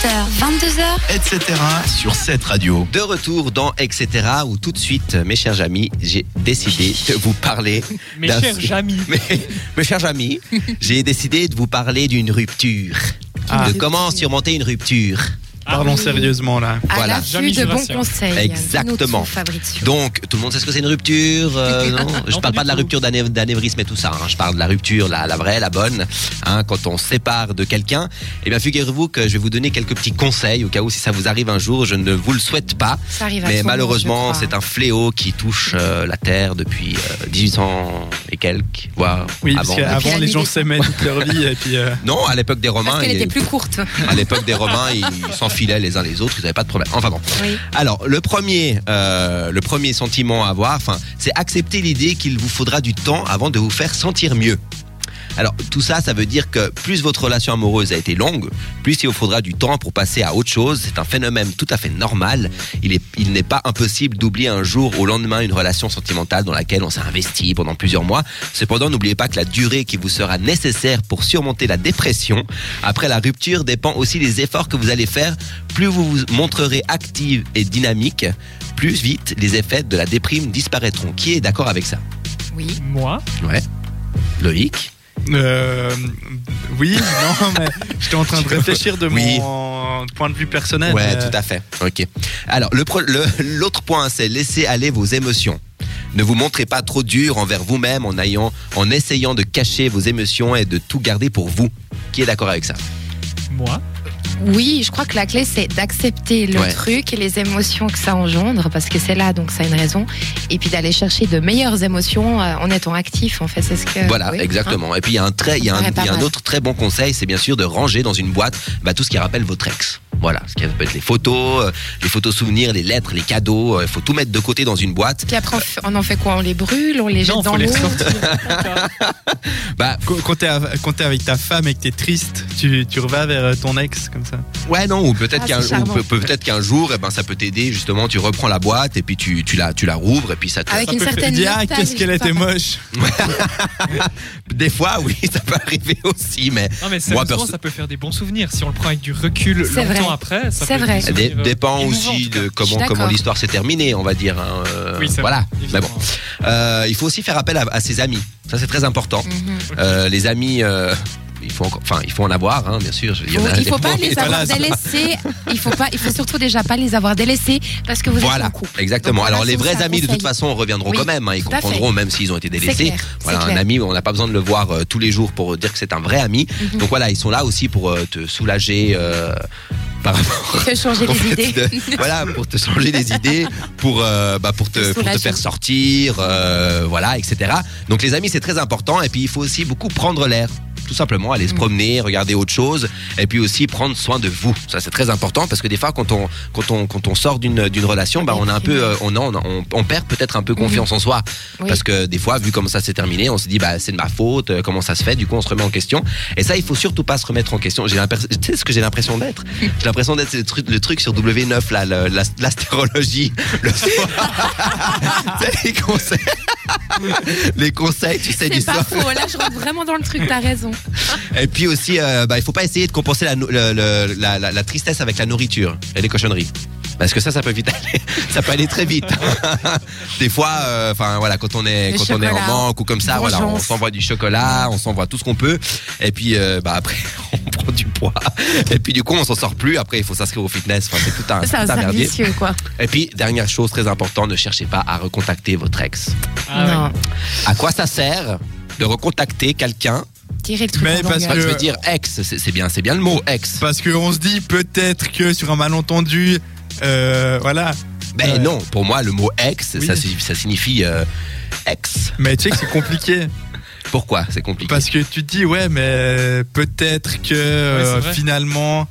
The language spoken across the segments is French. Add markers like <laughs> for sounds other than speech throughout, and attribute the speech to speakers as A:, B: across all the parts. A: 20h, 22h,
B: etc. sur cette radio.
C: De retour dans Etc. où tout de suite, mes chers amis, j'ai décidé de vous parler.
D: Mes
C: d'un-
D: chers amis.
C: Mes, mes chers amis, j'ai décidé de vous parler d'une rupture.
D: Ah.
C: De comment surmonter une rupture.
B: Parlons sérieusement là.
A: à
C: Voilà.
A: l'affût
D: Jamy
A: de bons
D: Jurassien.
A: conseils.
C: Exactement.
A: Nous, Fabrizio.
C: Donc, tout le monde sait ce que c'est une rupture. <laughs>
A: <laughs>
C: euh, non, je parle
D: Non, pas
C: pas
D: du
C: de la
D: tout.
C: rupture d'ané- d'anévrisme et tout ça. hein. Je parle de la rupture, la, la vraie, la bonne. hein, quand on se sépare de quelqu'un, eh bien, figurez-vous que je vais vous donner quelques petits conseils au cas où si ça vous arrive un jour, je ne vous le souhaite pas.
A: ça arrive à tout
C: Mais
A: le monde,
C: malheureusement,
A: je
C: c'est
A: crois.
C: un fléau qui touche euh, la Terre depuis euh, 1800 et quelques, voire
B: Oui,
C: avant.
B: parce
A: Depuis
B: qu'avant
A: la
B: les
A: nuit
B: gens
A: des
B: s'aimaient toute leur vie et puis euh,
C: Non, à l'époque des Romains,
A: Parce qu'elle
C: ils-
A: était plus courte.
C: <laughs> à l'époque des Romains, ils s'enfilaient les uns les autres, ils n'avaient pas de problème. Enfin bon.
A: Oui.
C: Alors, le premier, euh, le premier sentiment à avoir, enfin, c'est accepter l'idée qu'il vous faudra du temps avant de vous faire sentir mieux. Alors, tout ça, ça veut dire que plus votre relation amoureuse a été longue, plus il vous faudra du temps pour passer à autre chose. C'est un phénomène tout à fait normal. Il est- il n'est pas impossible d'oublier un jour au lendemain une relation sentimentale dans laquelle on s'est investi pendant plusieurs mois. Cependant, n'oubliez pas que la durée qui vous sera nécessaire pour surmonter la dépression après la rupture dépend aussi des efforts que vous allez faire. Plus vous vous montrerez active et dynamique, plus vite les effets de la déprime disparaîtront. Qui est d'accord avec ça
A: Oui.
D: Moi
C: Ouais. Loïc
B: euh, oui, non, mais j'étais en train de réfléchir de
C: Oui.
B: mon point de vue personnel. euh,
C: Ouais,
B: mais-
C: tout à fait. Ok. Alors, le pro- le- l'autre point, c'est laisser aller vos émotions. Ne vous montrez pas trop dur envers vous-même en, ayant- en essayant de cacher vos émotions et de tout garder pour vous. Qui est d'accord avec ça
D: Moi
A: Oui, je crois que la clé, c'est d'accepter le
C: Ouais.
A: truc et les émotions que ça engendre, parce que c'est là, donc ça a une raison. Et puis d'aller chercher de meilleures émotions euh, en étant actif, en fait. C'est ce que.
C: Voilà,
A: oui, hein.
C: exactement. Et puis, il y a un, très, il y a un-
A: Ouais, pas
C: il y a un
A: mal.
C: autre très bon conseil, c'est bien sûr de ranger dans une boîte bah, tout ce qui rappelle votre ex. Voilà, ce qui peut être les photos, euh, les photos souvenirs, les lettres, les cadeaux. euh, Il faut tout mettre de côté dans une boîte.
A: Puis après, on fait- on en fait quoi On les brûle, on les jette
D: Non,
A: dans
D: faut les
A: l'eau.
D: sortir. D'accord.
C: Bah,
B: Qu- Quand t'es av- quand t'es avec ta femme et que t'es triste, tu, tu revas vers euh, ton ex comme ça.
C: Ouais, non, ou peut-être
A: Ah,
C: qu'un
A: c'est charmant.
C: ou peut- peut-être qu'un jour, eh ben, ça peut t'aider, justement, tu reprends la boîte et puis tu, tu, la, tu la rouvres et puis ça te...
A: Avec
B: Ça
A: une
B: peut faire-
A: certaine
B: Dis, ah,
A: nostalgie,
B: qu'est-ce qu'elle
A: pas
B: était
A: mal.
B: moche.
C: <laughs> Des fois, oui, ça peut arriver aussi, mais
D: Non, mais
C: Moi,
D: sérieusement,
C: perso-
D: ça peut faire des bons souvenirs. Si on le prend avec du recul
A: C'est
D: longtemps
A: vrai.
D: après, ça
A: C'est
D: peut être
A: vrai.
D: des
C: ça dé-
D: souvenirs, euh,
C: dépend
D: émouvants, en
C: aussi
D: tout cas.
C: de
A: Je suis
C: comment,
A: d'accord.
C: comment l'histoire s'est terminée, on va dire. hein, euh,
D: Oui, c'est vrai,
C: voilà. Mais bon,
D: évidemment.
C: Euh, il faut aussi faire appel à, à ses amis. Ça, c'est très important.
A: Mhm.
C: Euh, les amis, euh, il faut, encore- enfin, il faut en avoir, hein, bien sûr. je veux dire,
A: Faut- il
C: des
A: faut pas
C: bons,
A: les
C: mais voilà,
A: avoir délaissés. Il faut pas. Il faut surtout déjà pas les avoir délaissés parce que vous êtes
C: Voilà,
A: en couple.
C: exactement.
A: Donc,
C: Alors
A: voilà,
C: les
A: c'est
C: vrais
A: ça,
C: amis, de
A: conseil.
C: toute façon, reviendront
A: Oui,
C: quand même. hein, ils
A: tout à fait.
C: comprendront, même s'ils ont été
A: C'est
C: délaissés.
A: clair. c'est
C: Voilà, un
A: clair.
C: ami, on n'a pas besoin de le voir euh, tous les jours pour dire que c'est un vrai ami.
A: Mhm.
C: Donc voilà, ils sont là aussi pour euh, te soulager euh, par rapport.
A: Faut changer
C: <laughs> en
A: les
C: fait,
A: idées.
C: de- voilà, pour te changer les idées, pour, euh, bah, pour, te,
A: Te
C: pour te
A: soulager.
C: faire sortir, euh, voilà, etc. Donc les amis, c'est très important. Et puis il faut aussi beaucoup prendre l'air. Tout simplement, aller se
A: Mhm.
C: promener, regarder autre chose, et puis aussi prendre soin de vous. Ça, c'est très important parce que des fois, quand on, quand on, quand on sort d'une d'une relation, bah, on a un peu, euh, on, a- on, a- on- on perd peut-être un peu confiance en soi.
A: Mhm. Oui.
C: Parce que des fois, vu comment ça s'est terminé, on se dit bah c'est de ma faute, euh, comment ça se fait Du coup, on se remet en question. Et ça, il faut surtout pas se remettre en question. J'ai l'impres- tu sais ce que j'ai l'impression d'être J'ai l'impression d'être le truc, le truc sur W9 là, le- l'as- l'astérologie, le soir. <laughs> Tu sais, les conseils, les conseils, tu sais du
A: C'est pas
C: soir.
A: faux. Là, je rentre vraiment dans le truc. T'as raison.
C: Et puis aussi, euh, bah, il faut pas essayer de compenser la, nou- le- le- la- la- la tristesse avec la nourriture et les cochonneries. Parce que ça, ça peut vite aller, <laughs> ça peut aller très vite. <laughs> Des fois, euh, enfin voilà, quand on est,
A: Le
C: quand on est en
A: chocolat.
C: manque ou comme ça, voilà, on
A: Vengeance.
C: s'envoie du chocolat, on s'envoie tout ce qu'on peut, et puis euh, bah après, <laughs> on prend du poids, et puis du coup, on s'en sort plus. Après, il faut s'inscrire au fitness, enfin c'est tout un,
A: C'est un
C: tout un
A: cercle
C: merdier.
A: vicieux, quoi.
C: Et puis dernière chose très importante, ne cherchez pas à recontacter votre ex.
D: Ah, ouais.
A: non.
C: À quoi ça sert de recontacter quelqu'un
A: Tirer le truc.
B: Mais
A: en
B: parce
A: longueur.
C: Enfin, Je veux
B: Euh,
C: dire ex, c'est c'est bien, c'est bien le mot ex.
B: Parce qu'on se dit peut-être que sur un malentendu, euh, voilà.
C: Ben
B: Ouais.
C: non, pour moi, le mot ex,
B: Oui.
C: ça, signifie- ça signifie euh, ex.
B: Mais tu sais que c'est
C: <laughs>
B: compliqué.
C: Pourquoi C'est compliqué.
B: Parce que tu te dis, ouais, mais peut-être que euh,
D: c'est vrai.
B: finalement,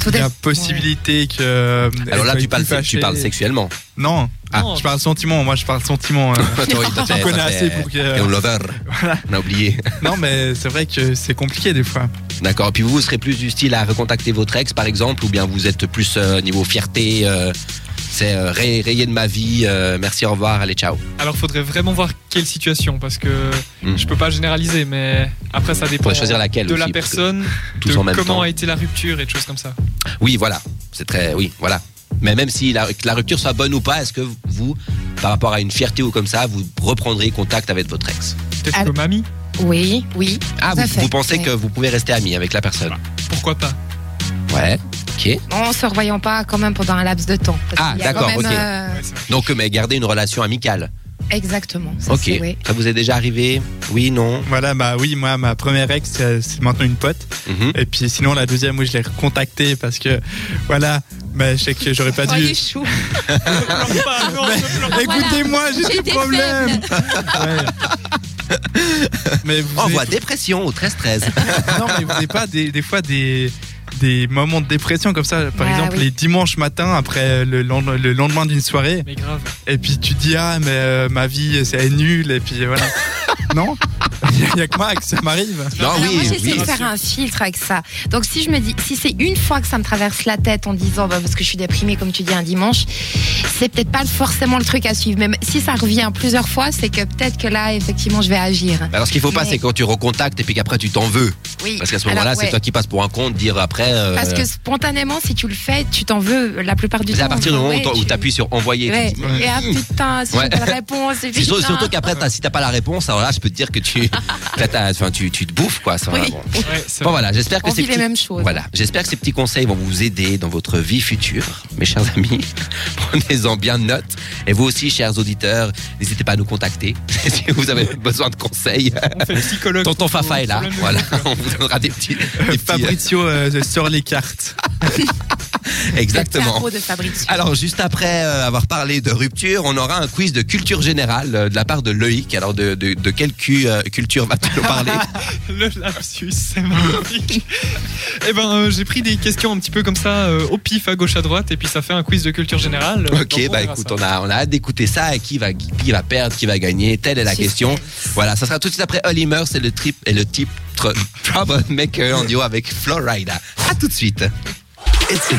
A: Tout
B: il y a
A: est-
B: possibilité que. euh,
C: Alors là,
B: elle
C: tu
B: soit
C: parles,
B: plus fâchée.
C: tu
B: <laughs>
C: parles sexuellement.
B: Non,
C: Ah.
B: je parle sentiment, moi je parle sentiment. euh,
C: <laughs> Toi, oui, toi,
B: tu
C: t'es-
B: connais
C: toi,
B: assez
C: t'es-
B: pour
C: t'es un
B: que.
C: lover.
B: Voilà.
C: On a oublié. <laughs>
B: Non, mais c'est vrai que c'est compliqué des fois.
C: D'accord. Puis vous, vous serez plus du style à recontacter votre ex, par exemple, ou bien vous êtes plus euh, niveau fierté. euh, C'est euh, ray- rayé de ma vie, euh, merci, au revoir, allez, ciao.
D: Alors, faudrait vraiment voir quelle situation, parce que
C: Hmm.
D: je peux pas généraliser, mais après, ça dépend
C: Faudrait choisir laquelle
D: de la
C: aussi, parce que
D: personne,
C: tous
D: de
C: en même
D: comment
C: temps.
D: a été la rupture et de choses comme ça.
C: Oui, voilà. C'est très. Oui, voilà. Mais même si la, que la rupture soit bonne ou pas, est-ce que vous, par rapport à une fierté ou comme ça, vous reprendrez contact avec votre ex
D: Peut-être
A: Ah.
D: comme ami,
A: Oui, oui.
C: Ah,
A: Tout à
C: vous,
A: fait.
C: vous pensez
A: Ouais.
C: que vous pouvez rester ami avec la personne
D: pourquoi pas
C: Ouais. Ok.
A: En se revoyant pas quand même pendant un laps de temps. Parce
C: Ah,
A: qu'il y a
C: d'accord,
A: quand même,
C: ok.
A: euh,
D: Ouais, c'est vrai.
C: Donc, mais garder une relation amicale.
A: exactement. ça,
C: Ok.
A: c'est- oui.
C: Ça vous est déjà arrivé Oui, non
B: Voilà, bah oui, moi, ma première ex, euh, c'est maintenant une pote.
C: Mhm.
B: Et puis sinon, la deuxième, où je l'ai recontactée parce que, voilà, bah, je sais que j'aurais pas
A: Oh, il est
B: dû.
A: chou.
C: Ah
D: Pleure pas, non, ne pleure
A: Voilà.
B: Écoutez-moi, j'ai
A: J'ai
B: des
A: des
B: problèmes. Ouais. <laughs> Mais vous
C: Envoie
B: avez-
C: dépression au 13-13.
B: non, mais vous n'avez pas des, des fois des, des moments de dépression comme ça. Par
A: Ah,
B: exemple,
A: oui.
B: les dimanches matins après le, lend- le lendemain d'une soirée.
C: <laughs>
D: Mais grave.
B: Et puis tu dis, ah, mais euh, ma vie, c'est nul. Et puis voilà. non Il n'y a que moi que ça m'arrive.
C: non,
A: <laughs> Alors,
C: oui,
A: moi, j'essaie
C: oui.
A: de faire un filtre avec ça. Donc, si je me dis, si c'est une fois que ça me traverse la tête en disant, bah, parce que je suis déprimée, comme tu dis, un dimanche, c'est peut-être pas forcément le truc à suivre. Même si ça revient plusieurs fois, c'est que peut-être que là, effectivement, je vais agir.
C: Bah, Alors, ce qu'il faut pas,
A: Mais-
C: c'est quand tu recontactes et puis qu'après tu t'en veux.
A: Oui.
C: Parce qu'à ce
A: Alors,
C: moment-là, c'est
A: ouais.
C: toi qui passes pour un compte, dire après. euh,
A: Parce que spontanément, si tu le fais, tu t'en veux la plupart du
C: c'est
A: temps.
C: à partir du moment
A: Ouais,
C: où tu
A: tu-
C: appuies sur envoyer, tu
A: Ouais.
C: dis,
A: Et ah putain,
C: <laughs>
A: si
C: Ouais.
A: j'ai pas de réponse, et
C: C'est
A: putain.
C: surtout, surtout qu'après, t'as- si t'as pas la réponse, alors là, je peux te dire que
A: <laughs>
C: tu, t'as- t'as- enfin, tu, tu te bouffes, quoi. Ça,
A: Oui.
C: bon.
D: Ouais, c'est
C: Bon,
D: vrai.
C: voilà, j'espère que
A: On
C: ces
A: vit les
C: petits,
A: mêmes choses.
C: voilà, j'espère que ces petits conseils vont vous aider dans votre vie future, mes chers <laughs> amis. Prenez-en bien note. Et vous aussi, chers auditeurs, n'hésitez pas à nous contacter <laughs> si vous avez besoin de
D: <laughs>
C: conseils.
D: On fait le psychologue.
C: Tonton Fafa est là.
D: Problème de
C: Voilà,
D: couple.
C: <laughs> on vous donnera des petits, des
B: Euh,
C: petits-
B: Fabrizio euh, sort les cartes.
A: Le
C: euh, exactement.
A: tarot de Fabrice.
C: Alors, juste après euh, avoir parlé de rupture, on aura un quiz de culture générale euh, de la part de Loïc. Alors, de, de, de quelle cu- euh, culture va-t-il nous
A: <laughs>
C: parler
D: <laughs> Le lapsus, c'est magnifique. <laughs> eh ben, euh, j'ai pris des questions un petit peu comme ça, euh, au pif, à gauche, à droite, et puis ça fait un quiz de culture générale. Euh, donc
C: Ok,
D: on
C: bah
D: verra
C: écoute,
D: ça.
C: on a, on a hâte d'écouter ça. Et qui va, qui va perdre, qui va gagner Telle est la
A: Suspense.
C: question. Voilà, ça sera tout de suite après Olimer, c'est le trip et le type <laughs> Troublemaker en duo avec Florida. À tout de suite. Etc.